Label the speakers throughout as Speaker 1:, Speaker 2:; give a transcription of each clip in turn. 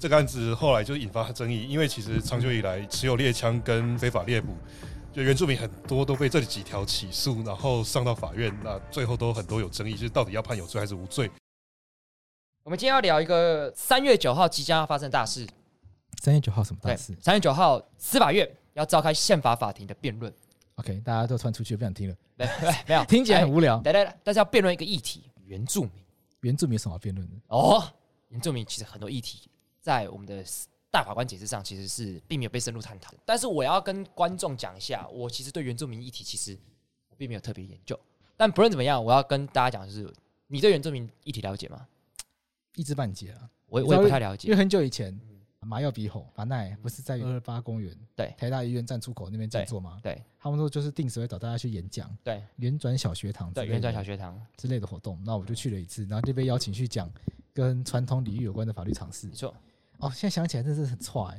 Speaker 1: 这个案子后来就引发争议，因为其实长久以来持有猎枪跟非法猎捕，就原住民很多都被这几条起诉，然后上到法院，那最后都很多有争议，就是到底要判有罪还是无罪。
Speaker 2: 我们今天要聊一个三月九号即将要发生的大事，
Speaker 3: 三月九号什么大
Speaker 2: 对，
Speaker 3: 事
Speaker 2: 三月九号司法院要召开宪法法庭的辩论，
Speaker 3: ？OK，大家都穿出去，不想听了，
Speaker 2: 没没有，
Speaker 3: 听起来很
Speaker 2: 哎
Speaker 3: 无聊。
Speaker 2: 来来来，但是要辩论一个议题，原住民
Speaker 3: 原著没有什么好辩论的，
Speaker 2: 哦，原住民其实很多议题在我们的大法官解释上其实是并没有被深入探讨，但是我要跟观众讲一下，我其实对原住民议题其实我并没有特别研究，但不论怎么样，我要跟大家讲就是，你对原住民议题了解吗？
Speaker 3: 一知半解啊。
Speaker 2: 我
Speaker 3: 你
Speaker 2: 我
Speaker 3: 知
Speaker 2: 也
Speaker 3: 道
Speaker 2: 不太了
Speaker 3: 因为
Speaker 2: 解，
Speaker 3: 很久以前，
Speaker 2: 嗯
Speaker 3: 麻药鼻吼马奈不是在二二八公园
Speaker 2: 对
Speaker 3: 台大医院站出口那边静坐吗？
Speaker 2: 嗯对
Speaker 3: 他们说就是定时会找大家去演讲，
Speaker 2: 对
Speaker 3: 联转小学堂之
Speaker 2: 对，
Speaker 3: 类的
Speaker 2: 原转小学堂，
Speaker 3: 之类的活动。那我就去了一次，然后就被邀请去讲跟传统领域有关的法律常识
Speaker 2: 没。错，
Speaker 3: 哦，现在想起来真是很踹、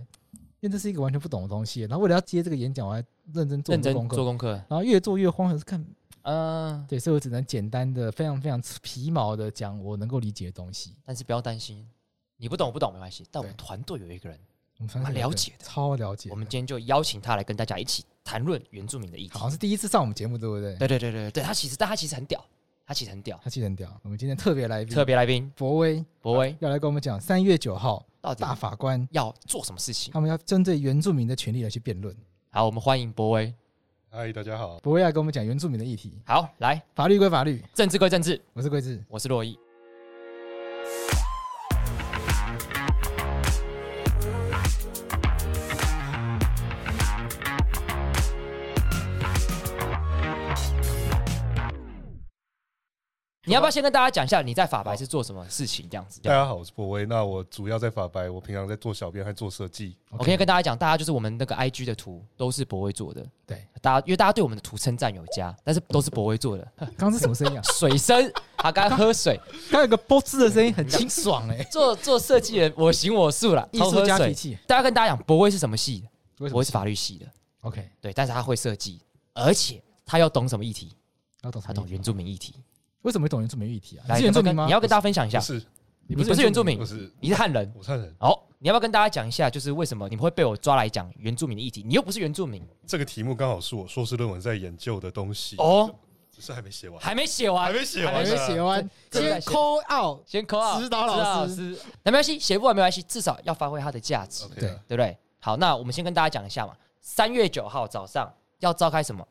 Speaker 3: 因为这是一个完全不懂的东西。然后为了要接这个演讲，我还认真做
Speaker 2: 认真
Speaker 3: 功
Speaker 2: 做
Speaker 3: 课，
Speaker 2: 功课，
Speaker 3: 然后越做越慌，是看
Speaker 2: 嗯。
Speaker 3: 对，所以我只能简单的、非常非常皮毛的讲我能够理解的东西。
Speaker 2: 但是不要担心，你不懂我不懂没关系。但我们
Speaker 3: 对
Speaker 2: 团队有一个人，
Speaker 3: 我们算
Speaker 2: 蛮
Speaker 3: 是
Speaker 2: 了解的
Speaker 3: 超了解的。
Speaker 2: 我们今天就邀请他来跟大家一起谈论原住民的议题
Speaker 3: 好。像是第一次上我们节目，对不对？
Speaker 2: 对对对对对，他其实但他其实很屌，他其实很屌。
Speaker 3: 他其实很屌。我们今天特别来宾
Speaker 2: 特别来宾
Speaker 3: 博威
Speaker 2: 博威
Speaker 3: 要来跟我们讲，三月九号
Speaker 2: 到底
Speaker 3: 大法官
Speaker 2: 要做什么事情？
Speaker 3: 他们要针对原住民的权利来去辩论。
Speaker 2: 好，我们欢迎博威。
Speaker 1: 嗨，大家好，
Speaker 3: 博威要跟我们讲原住民的议题，
Speaker 2: 好，来，
Speaker 3: 法律归法律。
Speaker 2: 政治归政治，
Speaker 3: 我是桂智，
Speaker 2: 我是洛伊。你要不要先跟大家讲一下你在法白是做什么事情？这样子，
Speaker 1: 大家好，我是博威。那我主要在法白，我平常在做小编和做设计。
Speaker 2: 我可以跟大家讲，大家就是我们那个 IG 的图都是博威做的，
Speaker 3: 对，
Speaker 2: 大家因为大家对我们的图称赞有加，但是都是博威做的。
Speaker 3: 刚刚是什么声音啊？
Speaker 2: 水声，他刚刚喝水，
Speaker 3: 刚刚有个啵哧的声音，很清爽哎、
Speaker 2: 做做设计人我行我素了，
Speaker 3: 艺
Speaker 2: 偷
Speaker 3: 术
Speaker 2: 喝
Speaker 3: 家
Speaker 2: 水
Speaker 3: 脾。气。
Speaker 2: 大家跟大家讲，博威是什么系的？
Speaker 3: 为什
Speaker 2: 博
Speaker 3: 么
Speaker 2: 威是法律系的，
Speaker 3: ？OK，
Speaker 2: 对，但是他会设计，而且他又懂什么议题？
Speaker 3: 要懂什
Speaker 2: 他
Speaker 3: 么
Speaker 2: 懂
Speaker 3: 议题
Speaker 2: 原住民议题。
Speaker 3: 为什么会懂原住民议题啊？你
Speaker 2: 来，
Speaker 3: 是
Speaker 2: 你要
Speaker 3: 原
Speaker 2: 不要
Speaker 3: 住
Speaker 2: 跟
Speaker 3: 民吗？
Speaker 2: 你要跟大家分享一下
Speaker 1: 不，是，
Speaker 2: 你
Speaker 3: 不是
Speaker 2: 不是原住民
Speaker 1: 不，是，
Speaker 2: 你是汉人。
Speaker 1: 我看人
Speaker 2: 哦，你要不要跟大家讲一下，就是为什么你们会被我抓来讲原住民的议题？你又不是原住民
Speaker 1: 这个题目刚好是我硕士论文在研究的东西，
Speaker 2: 哦，
Speaker 1: 只是还没写完，
Speaker 2: 还没写完，
Speaker 1: 还没写
Speaker 3: 我
Speaker 1: 完
Speaker 3: 还
Speaker 1: 呢
Speaker 3: 没写完，
Speaker 2: 这这
Speaker 3: 哎先 call out
Speaker 2: 先扣啊，
Speaker 3: 指导老师
Speaker 2: 指导老师那没关系，写不完没关系，至少要发挥它的价值。
Speaker 1: OK，
Speaker 3: 对
Speaker 2: 对不对？好，那我们先跟大家讲一下嘛。三月九号早上要召开什么？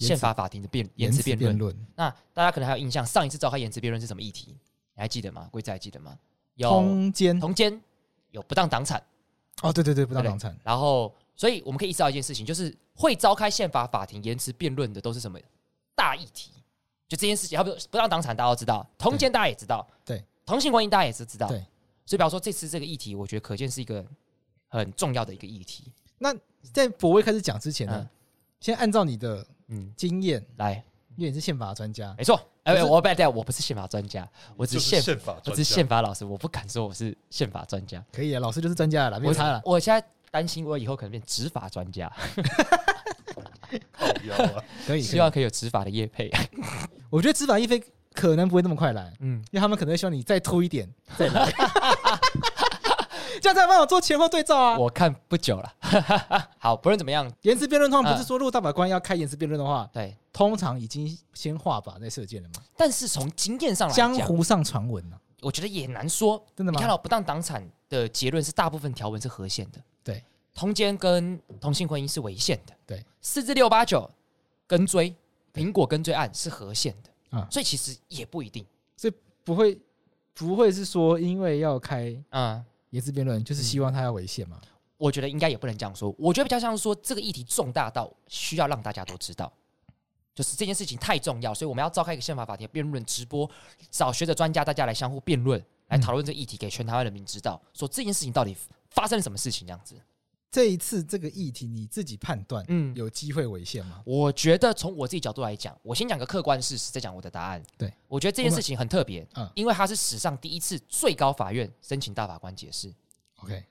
Speaker 3: 言辞
Speaker 2: 宪法法庭的辩言词辩论。
Speaker 3: 论，
Speaker 2: 那大家可能还有印象，上一次召开言词辩论是什么议题？你还记得吗？贵子还记得吗？有
Speaker 3: 通奸
Speaker 2: 同奸，有不当党产，
Speaker 3: 哦，对对对，不当
Speaker 2: 对
Speaker 3: 党产，
Speaker 2: 然后所以我们可以意识到一件事情，就是会召开宪法法庭言词辩论的都是什么大议题？就这件事情，要不不让党产大家都知道，同奸大家也知道，
Speaker 3: 对，
Speaker 2: 同性婚姻大家也是知道，
Speaker 3: 对
Speaker 2: 所以比方说这次这个议题，我觉得可见是一个很重要的一个议题。
Speaker 3: 那在博威开始讲之前呢
Speaker 2: 嗯，
Speaker 3: 先按照你的
Speaker 2: 嗯，
Speaker 3: 经验，
Speaker 2: 来，
Speaker 3: 因为你是宪法专家，
Speaker 2: 没错，哎、
Speaker 3: 可是
Speaker 2: 我不对，我不是宪法专家，我只
Speaker 1: 就是
Speaker 2: 宪，
Speaker 1: 是宪法专家，
Speaker 2: 我只是宪法老师，我不敢说我是宪法专家。
Speaker 3: 可以啊，老师就是专家了啦，没
Speaker 2: 我
Speaker 3: 有差了。
Speaker 2: 我现在担心我以后可能变执法专家，
Speaker 1: 靠腰啊
Speaker 3: 可以。可
Speaker 2: 希
Speaker 3: 以
Speaker 2: 望可以有执法的业配。
Speaker 3: 我觉得执法一飞可能不会那么快来，
Speaker 2: 嗯，
Speaker 3: 因为他们可能会希望你再突一点再来， 这样才帮我做前后对照啊。
Speaker 2: 我看不久了。 好，不论怎么样，
Speaker 3: 言辞辩论通常
Speaker 2: 嗯
Speaker 3: 不是说，如果大法官要开言辞辩论的话，
Speaker 2: 对，
Speaker 3: 通常已经先画靶在射箭了嘛，
Speaker 2: 但是从经验上来
Speaker 3: 江
Speaker 2: 讲，
Speaker 3: 湖上传闻啊，
Speaker 2: 我觉得也难说。
Speaker 3: 真的
Speaker 2: 你
Speaker 3: 吗
Speaker 2: 看？到不当党产的结论是大部分条文是合宪的，
Speaker 3: 对，
Speaker 2: 通奸跟同性婚姻是违宪的，
Speaker 3: 对，
Speaker 2: 四至六八九跟追苹果跟追案是合宪的，
Speaker 3: 啊
Speaker 2: 所以其实也不一定，
Speaker 3: 不会，不会是说因为要开
Speaker 2: 嗯，
Speaker 3: 言辞辩论，就是希望他要违宪嘛？
Speaker 2: 我觉得应该也不能这样说，我觉得比较像是说这个议题重大到需要让大家都知道。就是这件事情太重要，所以我们要召开一个宪法法庭的辩论直播，找学者专家大家来相互辩论，来
Speaker 3: 嗯
Speaker 2: 讨论这个议题，给全台湾人民知道，说这件事情到底发生了什么事情这样子。
Speaker 3: 这一次这个议题你自己判断，
Speaker 2: 嗯
Speaker 3: 有机会违宪吗？
Speaker 2: 我觉得从我自己角度来讲，我先讲个客观事实，再讲我的答案。
Speaker 3: 对，
Speaker 2: 我觉得这件事情很特别，
Speaker 3: 嗯
Speaker 2: 因为它是史上第一次最高法院申请大法官解释。
Speaker 3: ，OK，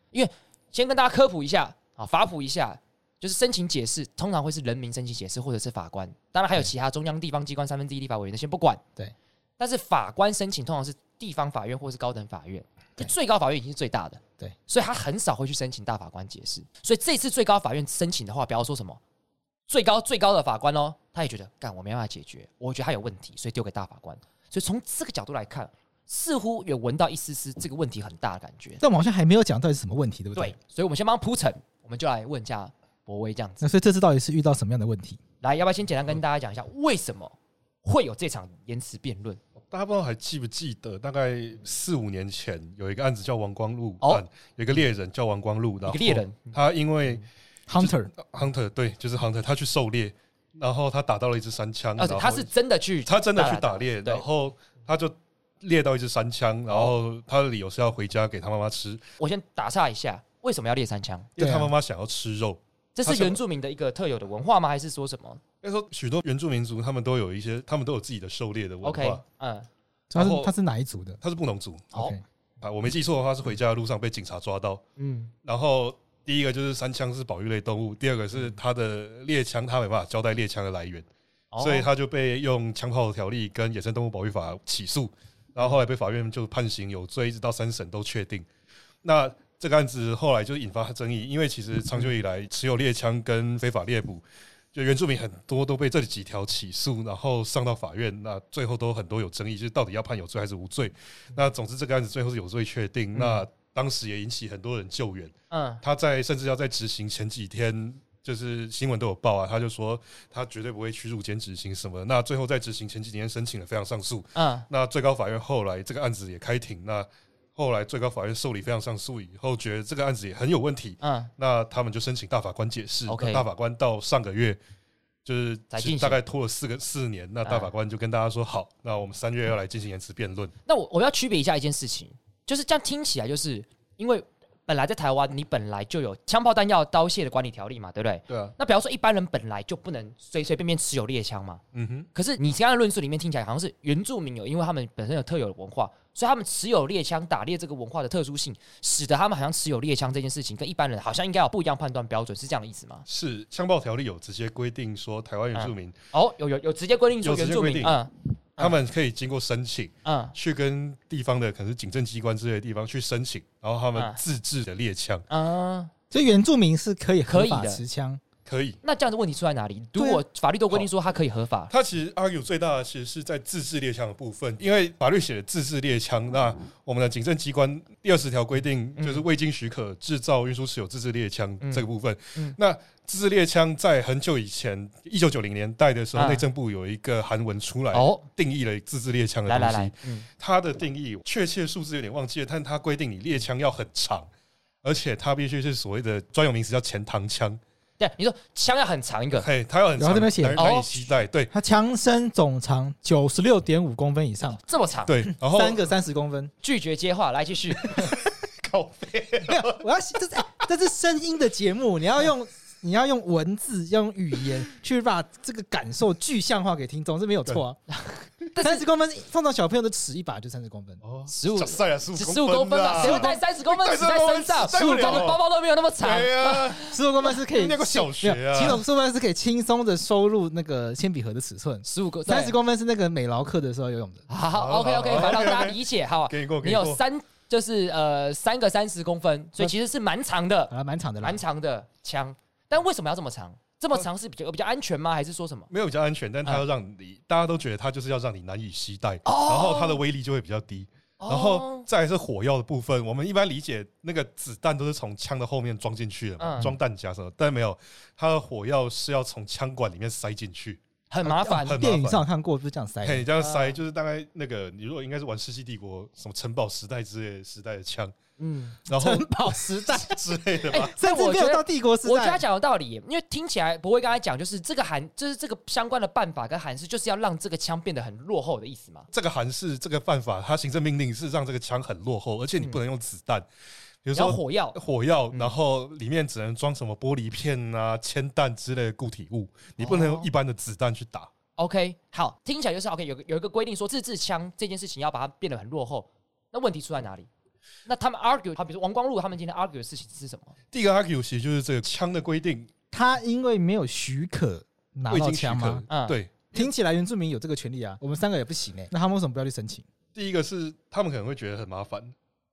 Speaker 2: 先跟大家科普一下啊，法普一下，就是申请解释通常会是人民申请解释，或者是法官，当然还有
Speaker 3: 对
Speaker 2: 其他中央地方机关三分之一立法委员的先不管。
Speaker 3: 对，
Speaker 2: 但是法官申请通常是地方法院或是高等法院，就
Speaker 3: 对
Speaker 2: 最高法院已经是最大的。
Speaker 3: 对，
Speaker 2: 所以他很少会去申请大法官解释。所以这次最高法院申请的话，不要说什么最高最高的法官哦，他也觉得干我没办法解决，我觉得他有问题，所以丢给大法官。所以从这个角度来看，似乎有闻到一丝丝这个问题很大的感觉。
Speaker 3: 但我们好像还没有讲到底是什么问题，对不
Speaker 2: 对？，所以我们先帮他铺陈，我们就来问一下博威这样子。
Speaker 3: 那所以这次到底是遇到什么样的问题？
Speaker 2: 来，要不要先简单跟大家讲一下为什么会有这场言辞辩论？
Speaker 1: 大家不知道还记不记得，大概四五年前有一个案子叫王光禄
Speaker 2: 哦
Speaker 1: 案，有一个猎人叫王光禄，然后
Speaker 2: 一个猎人，
Speaker 1: 他因为
Speaker 3: Hunter，
Speaker 1: 呃 hunter 对，就是 hunter，他去狩猎，然后他打到了一支山枪，
Speaker 2: 而
Speaker 1: 然
Speaker 2: 且
Speaker 1: 后
Speaker 2: 哦呃他是真的去，
Speaker 1: 他真的去打猎，
Speaker 2: 对
Speaker 1: 然后他就猎到一支山枪，然后他的理由是要回家给他妈妈吃，
Speaker 2: 我先打岔一下，为什么要猎三枪？
Speaker 1: 因
Speaker 3: 对
Speaker 1: 为
Speaker 3: 啊
Speaker 1: 他妈妈想要吃肉。
Speaker 2: 这是原住民的一个特有的文化吗？还是说什么
Speaker 1: 那时候许多原住民族他们都有一些，他们都有自己的狩猎的文
Speaker 2: ？OK，
Speaker 1: 化。
Speaker 2: 嗯，
Speaker 3: 他
Speaker 1: 然
Speaker 3: 是
Speaker 1: 后
Speaker 3: 他是哪一组的
Speaker 1: 他是布农族
Speaker 2: 好，
Speaker 3: ？OK，
Speaker 1: 啊，我没记错的话是回家的路上被警察抓到，
Speaker 2: 嗯，
Speaker 1: 然后第一个就是山枪是保育类动物，第二个是它的猎枪，它没办法交代猎枪的来源，
Speaker 2: 哦
Speaker 1: 所以他就被用枪炮条例跟野生动物保育法起诉，然后后来被法院就判刑有罪，一直到三审都确定。那这个案子后来就引发争议，因为其实长久以来持有猎枪跟非法猎捕，就原住民很多都被这几条起诉，然后上到法院，那最后都很多有争议，就是到底要判有罪还是无罪。那总之这个案子最后是有罪确定，那当时也引起很多人救援。
Speaker 2: 嗯，
Speaker 1: 他在甚至要在执行前几天，就是新闻都有报啊，他就说他绝对不会去入监执行什么。那最后在执行前几天申请了非常上诉，
Speaker 2: 嗯，
Speaker 1: 那最高法院后来这个案子也开庭，那后来最高法院受理非常上诉以后，觉得这个案子也很有问题，
Speaker 2: 嗯，
Speaker 1: 那他们就申请大法官解释。
Speaker 2: OK
Speaker 1: 那大法官到上个月。就是
Speaker 2: 才进行
Speaker 1: 大概拖了四个四年，那大法官就跟大家说：“好，那我们三月要来进行言辞辩论。
Speaker 2: 那我我要区别一下一件事情，就是这样听起来，就是因为本来在台湾，你本来就有枪炮弹药刀械的管理条例嘛，对不对？”
Speaker 1: 对啊，
Speaker 2: 那比方说，一般人本来就不能随随便便持有猎枪嘛。
Speaker 1: 嗯哼，
Speaker 2: 可是你这样的论述里面听起来，好像是原住民有，因为他们本身有特有的文化，所以他们持有猎枪打猎这个文化的特殊性，使得他们好像持有猎枪这件事情跟一般人好像应该有不一样判断标准，是这样的意思吗？
Speaker 1: 是枪爆条例有直接规定说，台湾原住民
Speaker 2: 哦，有有有直接规定说
Speaker 1: 有直
Speaker 2: 原
Speaker 1: 接
Speaker 2: 住
Speaker 1: 规
Speaker 2: 民，
Speaker 1: 定
Speaker 2: 嗯
Speaker 1: 他们可以经过申请，
Speaker 2: 嗯
Speaker 1: 去跟地方的可能是警政机关之类的地方去申请，然后他
Speaker 2: 啊
Speaker 1: 们自制的猎枪
Speaker 2: 嗯，
Speaker 3: 所以原住民是可以合
Speaker 2: 可
Speaker 3: 法
Speaker 2: 以的
Speaker 3: 持枪，
Speaker 1: 可以。
Speaker 2: 那这样的问题出在哪里？如
Speaker 3: 对啊
Speaker 2: 果法律都规定说它可以合法，
Speaker 1: 他其实 argue 最大的其实是在自制猎枪的部分，因为法律写的自制猎枪，那我们的警政机关第二十条规定
Speaker 2: 嗯
Speaker 1: 就是未经许可制造、运输、持有自制猎枪
Speaker 2: 嗯
Speaker 1: 这个部分。
Speaker 2: 嗯
Speaker 1: 那自制猎枪在很久以前，一九九零年代的时候，
Speaker 2: 啊
Speaker 1: 内政部有一个韩文出来
Speaker 2: 哦，
Speaker 1: 定义了自制猎枪的
Speaker 2: 来
Speaker 1: 东
Speaker 2: 来
Speaker 1: 西。
Speaker 2: 来，嗯，
Speaker 1: 它的定义确切数字有点忘记了，但它规定你猎枪要很长，而且它必须是所谓的专有名词叫前膛枪，
Speaker 2: 对，你说枪要很长一个，
Speaker 1: 嘿，它要很
Speaker 3: 然后
Speaker 1: 长，
Speaker 3: 这边写
Speaker 1: 难
Speaker 2: 哦
Speaker 1: 难以携带，对
Speaker 3: 它枪身总长九十六点五公分以上，
Speaker 2: 这么长，
Speaker 1: 对，然后
Speaker 3: 三个三十公分。
Speaker 2: 拒绝接话，来继续，
Speaker 1: 靠背，
Speaker 3: 没有，我要这是哎这是声音的节目，你要用你要用文字，要用语言去把这个感受具象化给听众，这没有错啊。 三十公分放到小朋友的尺一把就三十公分，
Speaker 2: 十五
Speaker 1: 小赛啊，十五啊
Speaker 2: 十五公分啊嘛，谁会带三十公分
Speaker 1: 带
Speaker 2: 的纸在身上？
Speaker 1: 15公分
Speaker 2: 整个包包都没有那么长，
Speaker 1: 对啊，
Speaker 3: 十五公分是可以
Speaker 1: 念过小
Speaker 3: 没
Speaker 1: 学
Speaker 3: 有，
Speaker 1: 啊
Speaker 3: 七，种公分是可以轻松的收入那个铅笔盒的尺寸，
Speaker 2: 十五公
Speaker 3: 三十
Speaker 2: 公。
Speaker 3: 公分是那个美劳课的时候游泳的。
Speaker 2: 好，OK
Speaker 1: 好
Speaker 2: OK，
Speaker 1: 好
Speaker 2: 反正让
Speaker 1: OK，OK
Speaker 2: 大家理解好。啊
Speaker 1: 给你过，
Speaker 2: 你
Speaker 1: 给
Speaker 2: 有
Speaker 1: 过，
Speaker 2: 三，就是呃三个三十公分，所以其实是蛮长的
Speaker 3: 好，了，蛮
Speaker 1: 嗯
Speaker 3: 长的啦
Speaker 2: 蛮。长的枪。但为什么要这么长？这么长是比较比较安全吗？还是说什么？
Speaker 1: 没有比较安全，但它要让你大家都觉得它就是要让你难以携带，然后它的威力就会比较低。然后
Speaker 2: 哦
Speaker 1: 再来是火药的部分，我们一般理解那个子弹都是从枪的后面装进去的嘛，
Speaker 2: 嗯
Speaker 1: 装弹夹什么，但没有，它的火药是要从枪管里面塞进去。
Speaker 2: 很麻烦哎
Speaker 1: 很麻烦
Speaker 3: 电影上有看过，不是这样塞
Speaker 1: 嘿，
Speaker 3: 的。
Speaker 1: 你这样塞
Speaker 2: 啊
Speaker 1: 就是大概那个，你如果应该是玩《世纪帝国》什么城堡时代之类的时代的枪，
Speaker 2: 嗯，
Speaker 1: 然后
Speaker 3: 城堡时代，
Speaker 1: 之类的吧。
Speaker 3: 甚至
Speaker 2: 哎我觉
Speaker 3: 没有
Speaker 2: 得
Speaker 3: 到帝国时
Speaker 2: 我觉得他
Speaker 3: 代。
Speaker 2: 讲有道理耶，因为听起来不会刚才讲，就是这个韩，就是这个相关的办法跟韩式，就是要让这个枪变得很落后的意思嘛。
Speaker 1: 这个韩式这个办法，它行政命令是让这个枪很落后，而且你不能用子弹，比如
Speaker 2: 然
Speaker 1: 说
Speaker 2: 后火药，
Speaker 1: 火药，
Speaker 2: 嗯
Speaker 1: 然后里面只能装什么玻璃片啊、铅弹之类的固体物，你不能
Speaker 2: 哦
Speaker 1: 用一般的子弹去打。
Speaker 2: OK，好，听起来就是 OK 有。个有一个规定说自制枪这件事情要把它变得很落后，那问题出在哪里？那他们 argue，好，比如王光禄他们今天 argue 的事情是什么？
Speaker 1: 第一个 argue 其实就是这个枪的规定
Speaker 3: 他因为没有许可拿
Speaker 1: 未
Speaker 3: 到
Speaker 1: 经许
Speaker 3: 枪吗？
Speaker 1: 可，
Speaker 2: 嗯
Speaker 1: 对。
Speaker 3: 听起来原住民有这个权利啊，我们三个也不行哎、那他们为什么不要去申请？
Speaker 1: 第一个是他们可能会觉得很麻烦，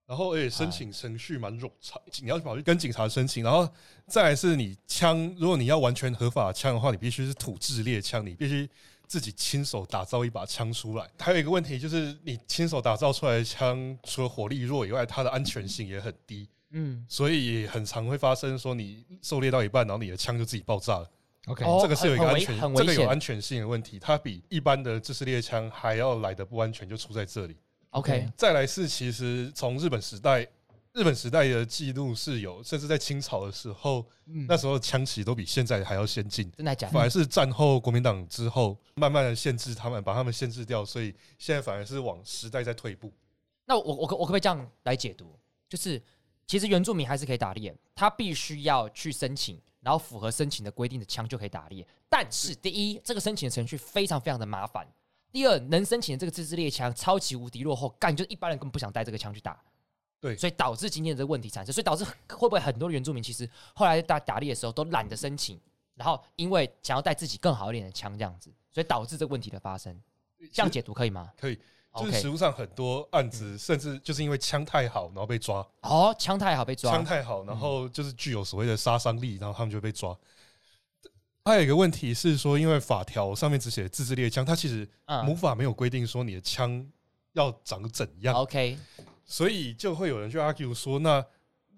Speaker 1: 然后而且申请程序蛮冗长，你要跑去跟警察申请，然后再来是你枪，如果你要完全合法的枪的话，你必须是土制猎枪，你必须自己亲手打造一把枪出来。还有一个问题就是，你亲手打造出来的枪，除了火力弱以外，它的安全性也很低，
Speaker 2: 嗯
Speaker 1: 所以也很常会发生说你狩猎到一半，然后你的枪就自己爆炸了。
Speaker 3: OK，、
Speaker 2: 哦
Speaker 1: 这个是有一个
Speaker 2: 很
Speaker 1: 安
Speaker 2: 危
Speaker 1: 全，
Speaker 2: 很危
Speaker 1: 这个有
Speaker 2: 险
Speaker 1: 安全性的问题，它比一般的制式猎枪还要来的不安全，就出在这里。
Speaker 2: ，OK，
Speaker 1: 再来是，其实从日本时代，日本时代的记录是有，甚至在清朝的时候，
Speaker 2: 嗯，
Speaker 1: 那时候枪其实都比现在还要先进。
Speaker 2: 真的假
Speaker 1: 反
Speaker 2: 的？
Speaker 1: 而是战后国民党之后，慢慢的限制他们，把他们限制掉，所以现在反而是往时代在退步。
Speaker 2: 那我我可我可不可以这样来解读？就是其实原住民还是可以打猎，他必须要去申请，然后符合申请的规定的枪就可以打猎。但是第一，这个申请的程序非常非常的麻烦；第二，能申请的这个自制猎枪超级无敌落后，干就是一般人根本不想带这个枪去打。
Speaker 1: 对
Speaker 2: 所以导致今天的这个问题产生，所以导致会不会很多原住民其实后来打打猎的时候都懒得申请，然后因为想要带自己更好一点的枪这样子，所以导致这个问题的发生，这样解读可以吗哦
Speaker 1: 可以，就是实
Speaker 2: ？OK，嗯
Speaker 1: 务上很多案子，甚至就是因为枪太好，然后被抓；
Speaker 2: 哦，枪太好被抓
Speaker 1: 枪，太好，然后就是具有所谓的杀伤力，然后他们就被抓。还有一个问题是说，因为法条上面只写自制猎枪，它其实
Speaker 2: 嗯
Speaker 1: 母法没有规定说你的枪要长怎样，
Speaker 2: ，OK，
Speaker 1: 所以就会有人去 argue 说，那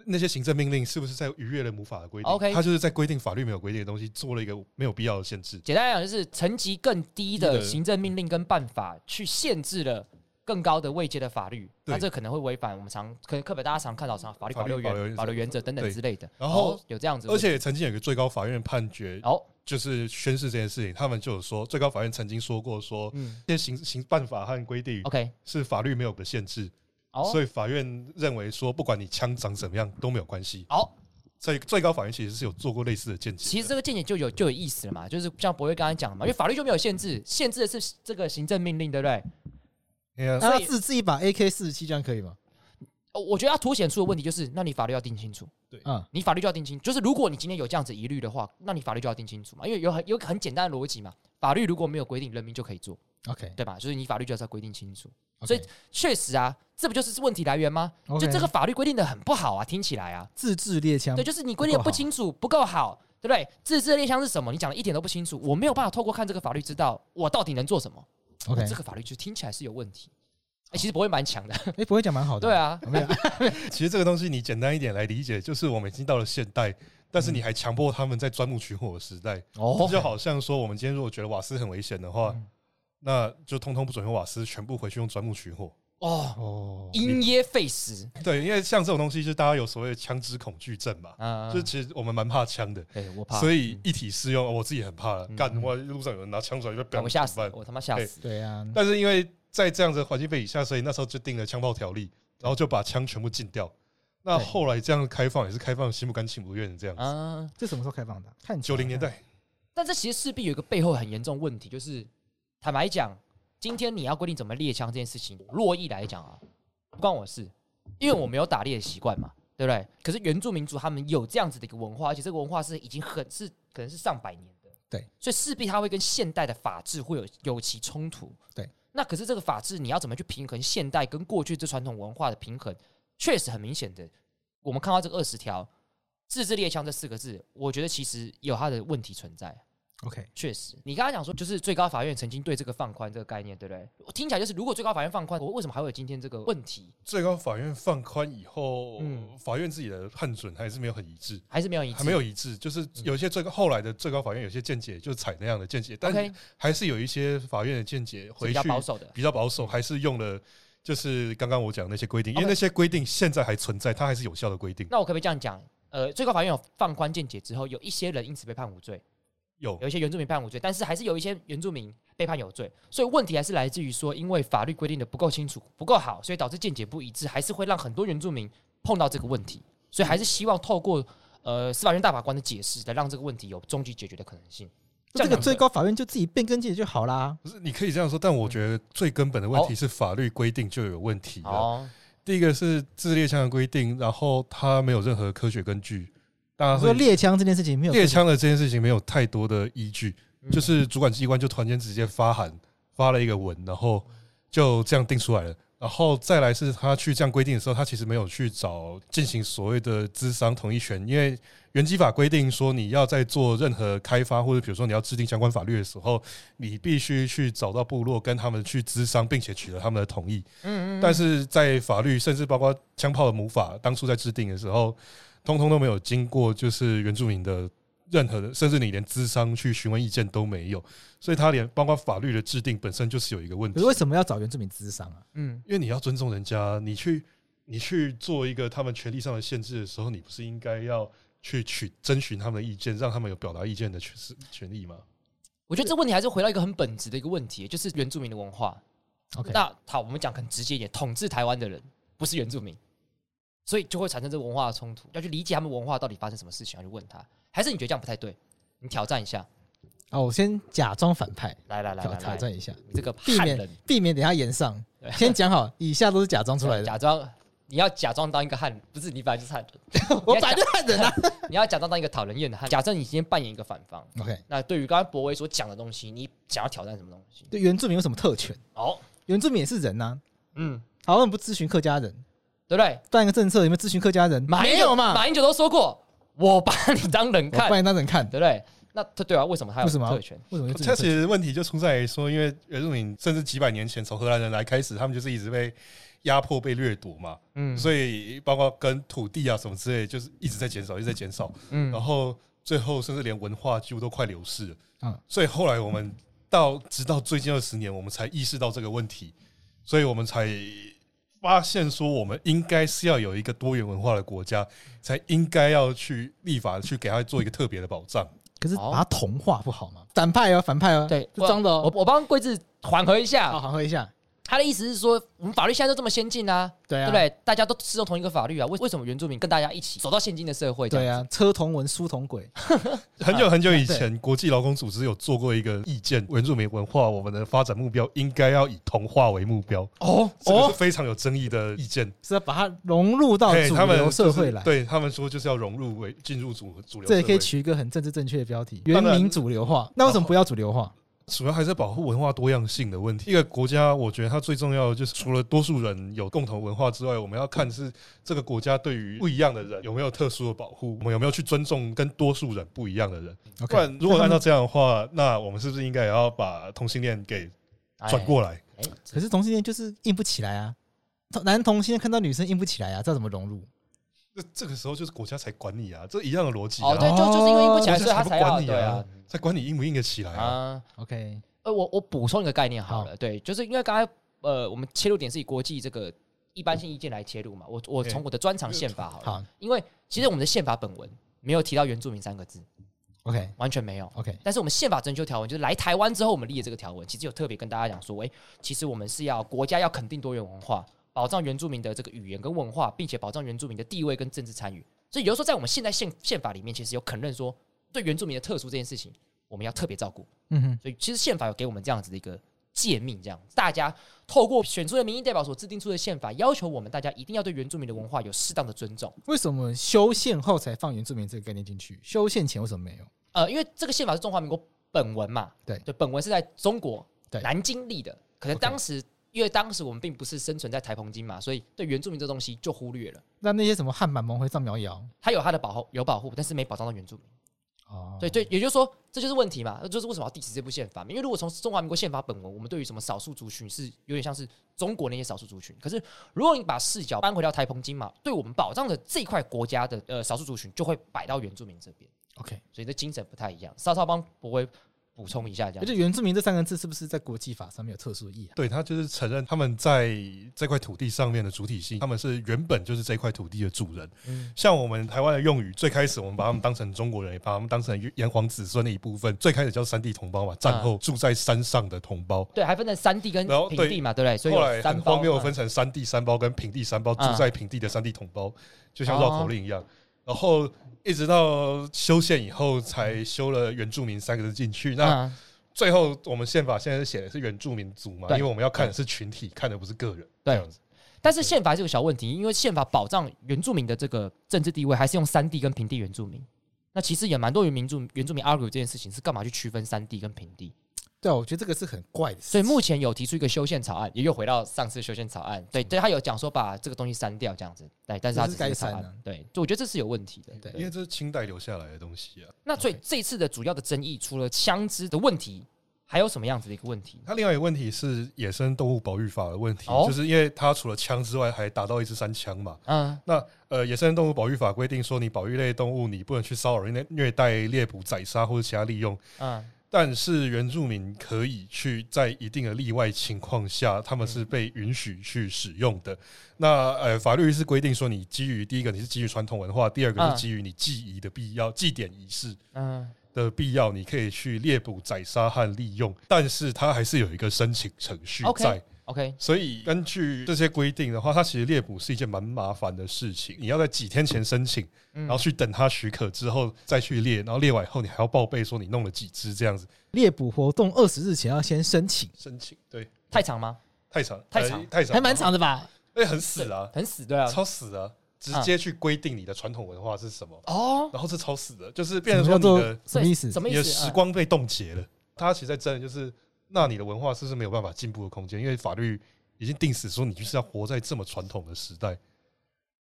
Speaker 1: 那些行政命令是不是在逾越了母法的规定
Speaker 2: OK
Speaker 1: 他就是在规定法律没有规定的东西，做了一个没有必要的限制。
Speaker 2: 简单来讲就是层级更低的
Speaker 1: 低的
Speaker 2: 行政命令跟办法去限制了。更高的位阶的法律，
Speaker 1: 对
Speaker 2: 那这可能会违反我们常可能课本大家常看到常法律
Speaker 1: 法
Speaker 2: 保
Speaker 1: 律
Speaker 2: 留
Speaker 1: 保留
Speaker 2: 原
Speaker 1: 原则
Speaker 2: 保留原则等等
Speaker 1: 对
Speaker 2: 之类的。
Speaker 1: 然后
Speaker 2: 哦有这样子的
Speaker 1: 而
Speaker 2: 问题，
Speaker 1: 且曾经有一个最高法院判决，
Speaker 2: 哦，
Speaker 1: 就是宣誓这件事情，他们就有说，最高法院曾经说过说，
Speaker 2: 嗯
Speaker 1: 这些行行办法和规定
Speaker 2: ，OK，
Speaker 1: 是法律没有的限制，
Speaker 2: 哦，
Speaker 1: 所以法院认为说，不管你枪长怎么样都没有关系。
Speaker 2: 哦，
Speaker 1: 所以最高法院其实是有做过类似的见解的。
Speaker 2: 其实这个见解就有就有意思了嘛，就是像博威刚才讲的嘛，因为法律就没有限制，限制的是这个行政命令，对不对？
Speaker 1: 哎呀
Speaker 3: 那
Speaker 2: 所
Speaker 3: 他
Speaker 2: 以
Speaker 3: 自制一把 AK 四十七这样可以吗？
Speaker 2: 哦我觉得要凸显出的问题就是，那你法律要定清楚，
Speaker 3: 嗯，
Speaker 2: 你法律就要定清，就是如果你今天有这样子疑虑的话，那你法律就要定清楚嘛，因为有很有很简单的逻辑嘛，法律如果没有规定，人民就可以做，
Speaker 3: OK，
Speaker 2: 对吧？就是你法律就是要规定清楚，所以确实啊，这不就是问题来源吗？就这个法律规定的很不好啊，听起来啊，
Speaker 3: 自制猎枪
Speaker 2: 对，就是你规定的不清楚，不够好，对不对？自制的猎枪是什么？你讲的一点都不清楚，我没有办法透过看这个法律知道我到底能做什么。
Speaker 3: ，OK，
Speaker 2: 这个法律就听起来是有问题。哎、其实不会蛮强的，
Speaker 3: 哎，不会讲蛮好的，
Speaker 2: 对，啊，
Speaker 3: 没有，
Speaker 1: 其实这个东西你简单一点来理解，就是我们已经到了现代，
Speaker 2: 嗯
Speaker 1: 但是你还强迫他们在钻木取火的时代，
Speaker 2: 哦嗯
Speaker 1: 就好像说我们今天如果觉得瓦斯很危险的话，那就通通不准用瓦斯，全部回去用钻木取火。
Speaker 2: 哦，
Speaker 3: 哦，
Speaker 2: 因噎废食，
Speaker 1: 对，因为像这种东西，就是大家有所谓的枪支恐惧症嘛，
Speaker 2: 嗯，
Speaker 1: 就是其实我们蛮怕枪的，
Speaker 2: 对哎我怕，
Speaker 1: 所以一体适用，哦我自己很怕了
Speaker 2: 嗯，
Speaker 1: 干我路上有人拿枪出来就
Speaker 2: 干
Speaker 1: 被
Speaker 2: 我吓死了，我他妈吓死，
Speaker 3: 对啊，
Speaker 1: 但是因为在这样子的环境背景下，所以那时候就定了枪炮条例，然后就把枪全部禁掉。那
Speaker 3: 对
Speaker 1: 后来这样开放也是开放心不甘情不愿的这样子。
Speaker 2: 嗯，
Speaker 3: 这什么时候开放的？看起
Speaker 1: 九
Speaker 3: 来啊
Speaker 1: 零年代，
Speaker 2: 但这其实势必有一个背后很严重的问题，就是坦白讲，今天你要规定怎么猎枪这件事情，洛邑来讲啊，不关我事，因为我没有打猎的习惯嘛，对不对？可是原住民族他们有这样子的一个文化，而且这个文化是已经很是可能是上百年的，
Speaker 3: 对，
Speaker 2: 所以势必它会跟现代的法治会有有其冲突，
Speaker 3: 对。
Speaker 2: 那可是这个法治，你要怎么去平衡现代跟过去这传统文化的平衡？确实很明显的，我们看到这个二十条“自制猎枪”这四个字，我觉得其实有它的问题存在。
Speaker 3: OK，
Speaker 2: 确实，你刚刚讲说，就是最高法院曾经对这个放宽这个概念，对不对？我听起来就是，如果最高法院放宽，我为什么还会有今天这个问题？
Speaker 1: 最高法院放宽以后，
Speaker 2: 嗯
Speaker 1: 法院自己的判准还是没有很一致，
Speaker 2: 还是没有一致？嗯
Speaker 1: 还没有一致，就是有些最高后来的最高法院有些见解就是采那样的见解，但
Speaker 2: OK，
Speaker 1: 还是有一些法院的见解
Speaker 2: 是
Speaker 1: 回
Speaker 2: 比
Speaker 1: 去
Speaker 2: 较保守的。
Speaker 1: 比较保守，还是用了。就是刚刚我讲的那些规定，因为
Speaker 2: OK
Speaker 1: 那些规定现在还存在，它还是有效的规定。
Speaker 2: 那我可不可以这样讲？呃，最高法院有放宽见解之后，有一些人因此被判无罪，
Speaker 1: 有
Speaker 2: 有一些原住民判无罪，但是还是有一些原住民被判有罪，所以问题还是来自于说，因为法律规定的不够清楚、不够好，所以导致见解不一致，还是会让很多原住民碰到这个问题，所以还是希望透过呃司法院大法官的解释，来让这个问题有终极解决的可能性。
Speaker 3: 这
Speaker 2: 样
Speaker 3: 个
Speaker 2: 讲
Speaker 3: 最
Speaker 2: 对
Speaker 3: 高法院就自己变更解决就好啦。
Speaker 1: 不是你可以这样说，但我觉
Speaker 3: 嗯
Speaker 1: 得最根本的问题是法律规定就有问题了。
Speaker 2: 哦，
Speaker 1: 第一个是自猎枪的规定，然后它没有任何科学根据，大家
Speaker 3: 说
Speaker 1: 会
Speaker 3: 猎枪这件事情没有
Speaker 1: 猎枪的这件事情没有太多的依据，
Speaker 2: 嗯
Speaker 1: 就是主管机关就突然间直接发函发了一个文，然后就这样定出来了。然后再来是他去这样规定的时候，他其实没有去找进行所谓的资商同意权，因为原基法规定说你要在做任何开发或者比如说你要制定相关法律的时候，你必须去找到部落跟他们去资商，并且取得他们的同意。
Speaker 2: 嗯嗯嗯
Speaker 1: 但是在法律，甚至包括枪炮的母法，当初在制定的时候，通通都没有经过就是原住民的任何的，甚至你连资商去询问意见都没有，所以他连包括法律的制定本身就是有一个问
Speaker 3: 可
Speaker 1: 题
Speaker 3: 是，为什么要找原住民咨商啊？
Speaker 2: 嗯，
Speaker 1: 因为你要尊重人家，你去你去做一个他们权利上的限制的时候，你不是应该要去取征询他们的意见，让他们有表达意见的权权利吗？
Speaker 2: 我觉得这问题还是回到一个很本质的一个问题，就是原住民的文化。
Speaker 3: OK
Speaker 2: 那好，我们讲很直接一点，统治台湾的人不是原住民，所以就会产生这个文化的冲突，要去理解他们文化到底发生什么事情，要去问他。还是你觉得这样不太对？你挑战一下，
Speaker 3: 啊，我先假装反派
Speaker 2: 来来来
Speaker 3: 挑
Speaker 2: 来
Speaker 3: 挑
Speaker 2: 来，
Speaker 3: 战一下，
Speaker 2: 你这个
Speaker 3: 避
Speaker 2: 汉人
Speaker 3: 免，避免等一下延上
Speaker 2: 对。
Speaker 3: 先讲好，以下都是假装出来的。
Speaker 2: 假装你要假装当一个汉人，不是你本来就是汉人，
Speaker 3: 我本来就汉人啊。
Speaker 2: 你要假装 当一个讨人厌的汉人。假设你今天扮演一个反方，
Speaker 3: OK，
Speaker 2: 那对于刚刚博威所讲的东西，你想要挑战什么东西？
Speaker 3: 对原住民有什么特权？
Speaker 2: 哦，
Speaker 3: 原住民也是人呐、
Speaker 2: 嗯，
Speaker 3: 啊，好多人不咨询客家人，
Speaker 2: 对不对？
Speaker 3: 办一个政策有没有咨询客家人？
Speaker 2: 马英九
Speaker 3: 没有嘛，
Speaker 2: 马英九都说过，我把你当人
Speaker 3: 我
Speaker 2: 看，
Speaker 3: 办一张人看，
Speaker 2: 对不对？那他对啊，为什么他有
Speaker 3: 为什么要
Speaker 2: 特权？
Speaker 3: 为什么
Speaker 1: 它
Speaker 3: 这
Speaker 1: 其实问题就出在于说，因为原住民甚至几百年前从荷兰人来开始，他们就是一直被压迫、被掠夺嘛。
Speaker 2: 嗯
Speaker 1: 所以包括跟土地啊什么之类，就是一直在减少，一直在减少，
Speaker 2: 嗯
Speaker 1: 然后最后甚至连文化几乎都快流逝了。
Speaker 3: 嗯
Speaker 1: 所以后来我们到直到最近二十年，我们才意识到这个问题，所以我们才发现说，我们应该是要有一个多元文化的国家，才应该要去立法去给它做一个特别的保障。
Speaker 3: 可是把它同化不好吗？反派哦，反派哦，
Speaker 2: 对，
Speaker 3: 是装的
Speaker 2: 我
Speaker 3: 哦。
Speaker 2: 我帮桂子缓和一
Speaker 3: 好
Speaker 2: 下，
Speaker 3: 好喝一下，
Speaker 2: 他的意思是说，我们法律现在都这么先进啊，
Speaker 3: 对
Speaker 2: 对
Speaker 3: 啊，
Speaker 2: 不对？大家都适用同一个法律啊，为为什么原住民跟大家一起走到现今的社会？
Speaker 3: 对，啊，车同文，书同轨，
Speaker 1: 很
Speaker 3: 啊
Speaker 1: 久很久以前，国际劳工组织有做过一个意见，原住民文化我们的发展目标应该要以同化为目标，
Speaker 3: 哦
Speaker 1: 这个
Speaker 3: 哦
Speaker 1: 是，非常有争议的意见。
Speaker 3: 是要把它融入到
Speaker 1: 嘿
Speaker 3: 主
Speaker 1: 他们
Speaker 3: 流
Speaker 1: 就
Speaker 3: 社
Speaker 1: 是
Speaker 3: 会来。
Speaker 1: 对他们说就是要融入为进入主主流社
Speaker 3: 这
Speaker 1: 会，
Speaker 3: 也可以取一个很政治正确的标题，
Speaker 1: 当
Speaker 3: 原
Speaker 1: 然
Speaker 3: 民主流化。那为什么不要主流 化？
Speaker 1: 主要还是保护文化多样性的问题。一个国家，我觉得它最重要的就是除了多数人有共同文化之外，我们要看是这个国家对于不一样的人有没有特殊的保护，我们有没有去尊重跟多数人不一样的人。
Speaker 2: 嗯
Speaker 1: 不
Speaker 3: OK，
Speaker 1: 然，如果按照这样的话，那我们是不是应该也要把同性恋给转过来？
Speaker 2: 哎，哎
Speaker 3: 啊可是同性恋就是硬不起来啊，同男同性恋看到女生硬不起来啊，这要怎么融入？
Speaker 1: 那这个时候就是国家才管你啊，这一样的逻辑啊，
Speaker 2: 哦，对，就就是因为硬不起来，
Speaker 1: 国家
Speaker 2: 所以他
Speaker 1: 不
Speaker 2: 才要
Speaker 1: 管你
Speaker 2: 对啊
Speaker 1: 啊，才管你硬不硬得起来啊。
Speaker 2: 啊。
Speaker 3: OK，
Speaker 2: 呃，我我补充一个概念好了，对，就是因为刚才呃，我们切入点是以国际这个一般性意见来切入嘛，我我
Speaker 1: 对
Speaker 2: 从我的专长宪法好了，
Speaker 3: 好
Speaker 2: 因为其实我们的宪法本文没有提到原住民三个字，
Speaker 3: ，OK，OK，、
Speaker 2: 完全没有。但是我们宪法征修条文，就是来台湾之后，我们立的这个条文，其实有特别跟大家讲说，诶，其实我们是要国家要肯定多元文化，保障原住民的这个语言跟文化，并且保障原住民的地位跟政治参与。所以，也就是说，在我们现在宪宪法里面，其实有肯认说，对原住民的特殊这件事情，我们要特别照顾。
Speaker 3: 嗯哼，
Speaker 2: 所以，其实宪法有给我们这样子的一个诫命，这样子大家透过选出的民意代表所制定出的宪法，要求我们大家一定要对原住民的文化有适当的尊重。
Speaker 3: 为什么修宪后才放原住民这个概念进去？修宪前为什么没有？
Speaker 2: 呃，因为这个宪法是中华民国本文嘛，
Speaker 3: 对
Speaker 2: 对，本文是在中国
Speaker 3: 对
Speaker 2: 南京立的，可能
Speaker 3: OK
Speaker 2: 当时。因为当时我们并不是生存在台澎金嘛，所以对原住民这东西就忽略了。
Speaker 3: 那那些什么汉满蒙回藏苗瑶，
Speaker 2: 它有它的保护，有保护，但是没保障到原住民。
Speaker 3: 哦，
Speaker 2: 对对，也就是说，这就是问题嘛。这就是为什么要 diss 这部宪法嘛？因为如果从中华民国宪法本文，我们对于什么少数族群是有点像是中国那些少数族群。可是如果你把视角搬回到台澎金嘛，对我们保障的这一块国家的呃少数族群，就会摆到原住民这边。
Speaker 3: ，OK，
Speaker 2: 所以这精神不太一样。稍稍帮博威补充一下这
Speaker 3: 而
Speaker 2: 样。
Speaker 3: 且原住民这三个字是不是在国际法上面有特殊意义啊？
Speaker 1: 对他就是承认他们在这块土地上面的主体性，他们是原本就是这块土地的主人。
Speaker 2: 嗯
Speaker 1: 像我们台湾的用语，最开始我们把他们当成中国人，也把他们当成炎黄子孙的一部分。最开始叫山地同胞嘛，
Speaker 2: 嗯
Speaker 1: 战后住在山上的同胞。
Speaker 2: 对，还分成山地跟
Speaker 1: 然后
Speaker 2: 平
Speaker 1: 对
Speaker 2: 地嘛，对不对？所以
Speaker 1: 后来
Speaker 2: 有
Speaker 1: 很
Speaker 2: 三
Speaker 1: 荒
Speaker 2: 包嗯
Speaker 1: 谬，
Speaker 2: 有
Speaker 1: 分成山地三胞跟平地三胞，住
Speaker 2: 嗯哦
Speaker 1: 在平地的山地同胞，就像绕口令一样。然后一直到修宪以后，才修了原住民三个字进去。那
Speaker 2: 嗯
Speaker 1: 最后我们宪法现在是写的是原住民族嘛，因
Speaker 2: 对
Speaker 1: 为我们要看的是群体，看的不是个人。这
Speaker 2: 对
Speaker 1: 样子
Speaker 2: 但是宪法是有小问题，因为宪法保障原住民的这个政治地位，还是用山地跟平地原住民。那其实也蛮多原民住原住民 argue 这件事情是干嘛去区分山地跟平地，
Speaker 3: 对啊，我觉得这个是很怪的事
Speaker 2: 所以
Speaker 3: 情。
Speaker 2: 目前有提出一个修宪草案，也又回到上次修宪草案，对对，他有讲说把这个东西删掉这样子，对，但是他
Speaker 3: 这
Speaker 2: 只是
Speaker 3: 是
Speaker 2: 一个
Speaker 3: 该
Speaker 2: 草
Speaker 3: 删
Speaker 2: 案，
Speaker 3: 啊
Speaker 2: 对，就我觉得这是有问题的。
Speaker 3: 对
Speaker 1: 因为这是清代留下来的东西啊。
Speaker 2: 那所以这一次的主要的争议，除了枪支的问题，还有什么样子的一个问题？
Speaker 1: 它另外一个问题是野生动物保育法的问题，
Speaker 2: 哦
Speaker 1: 就是因为它除了枪之外，还打到一只山枪嘛。
Speaker 2: 嗯，
Speaker 1: 那呃，野生动物保育法规定说，你保育类动物，你不能去骚扰、虐虐待、猎捕、宰杀或者其他利用。
Speaker 2: 嗯，
Speaker 1: 但是原住民可以去在一定的例外情况下，他们是被允许去使用的。那呃，法律是规定说，你基于第一个你是基于传统文化，第二个
Speaker 2: 嗯
Speaker 1: 是基于你祭仪的必要、祭典仪式
Speaker 2: 嗯，
Speaker 1: 的必要，你可以去猎捕、宰杀和利用。但是它还是有一个申请程序
Speaker 2: OK
Speaker 1: 在。
Speaker 2: OK，
Speaker 1: 所以根据这些规定的话，它其实猎捕是一件蛮麻烦的事情。你要在几天前申请，
Speaker 2: 嗯
Speaker 1: 然后去等它许可之后再去猎，然后猎完以后你还要报备说你弄了几只这样子
Speaker 3: 猎捕活动二十日前要先申请，
Speaker 1: 申请。对，
Speaker 2: 太长吗？
Speaker 1: 太长，
Speaker 2: 太
Speaker 1: 呃
Speaker 2: 长
Speaker 1: 太长，
Speaker 3: 还蛮，长的吧？
Speaker 1: 哎，很死啊，
Speaker 2: 很死对啊，
Speaker 1: 超死啊，直接去规定你的传统文化是什么，
Speaker 2: 哦，
Speaker 1: 然后是超死的，就是变
Speaker 3: 什么
Speaker 1: 成
Speaker 3: 叫
Speaker 1: 说
Speaker 3: 做
Speaker 1: 你的
Speaker 3: 什么意思
Speaker 2: 什？么
Speaker 1: 你
Speaker 2: 意
Speaker 1: 的
Speaker 2: 思？
Speaker 1: 时
Speaker 2: 嗯
Speaker 1: 光被冻结了。它其实在真的就是，那你的文化是不是没有办法进步的空间？因为法律已经定死说你就是要活在这么传统的时代，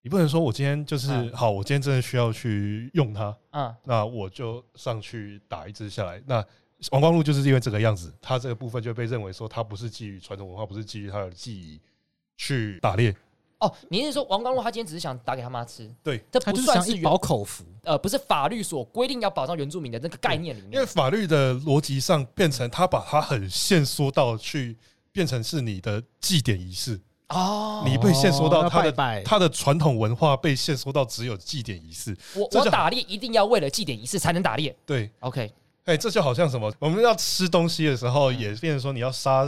Speaker 1: 你不能说我今天就是、
Speaker 2: 嗯
Speaker 1: 好，我今天真的需要去用它，
Speaker 2: 嗯，
Speaker 1: 那我就上去打一只下来。那王光禄就是因为这个样子，他这个部分就被认为说他不是基于传统文化，不是基于他的记忆去打猎，
Speaker 2: 哦，你是说王光禄他今天只是想打给他妈吃？
Speaker 1: 对，
Speaker 2: 这
Speaker 3: 他
Speaker 2: 不
Speaker 3: 就是
Speaker 2: 算
Speaker 3: 想
Speaker 2: 是
Speaker 3: 一
Speaker 2: 原
Speaker 3: 饱口福，
Speaker 2: 呃，不是法律所规定要保障原住民的那个概念里
Speaker 1: 因为
Speaker 2: 面。
Speaker 1: 法律的逻辑上变成他把它很限缩到去变成是你的祭典仪式。
Speaker 2: 哦，
Speaker 1: 你被限缩到
Speaker 3: 要
Speaker 1: 他
Speaker 3: 拜
Speaker 1: 的
Speaker 3: 拜，
Speaker 1: 他的传统文化被限缩到只有祭典仪式。
Speaker 2: 我
Speaker 1: 这
Speaker 2: 我
Speaker 1: 就
Speaker 2: 打猎一定要为了祭典仪式才能打猎。
Speaker 1: 对，
Speaker 2: OK，
Speaker 1: 哎、这就好像什么，我们要吃东西的时候，
Speaker 2: 嗯
Speaker 1: 也变成说你要杀，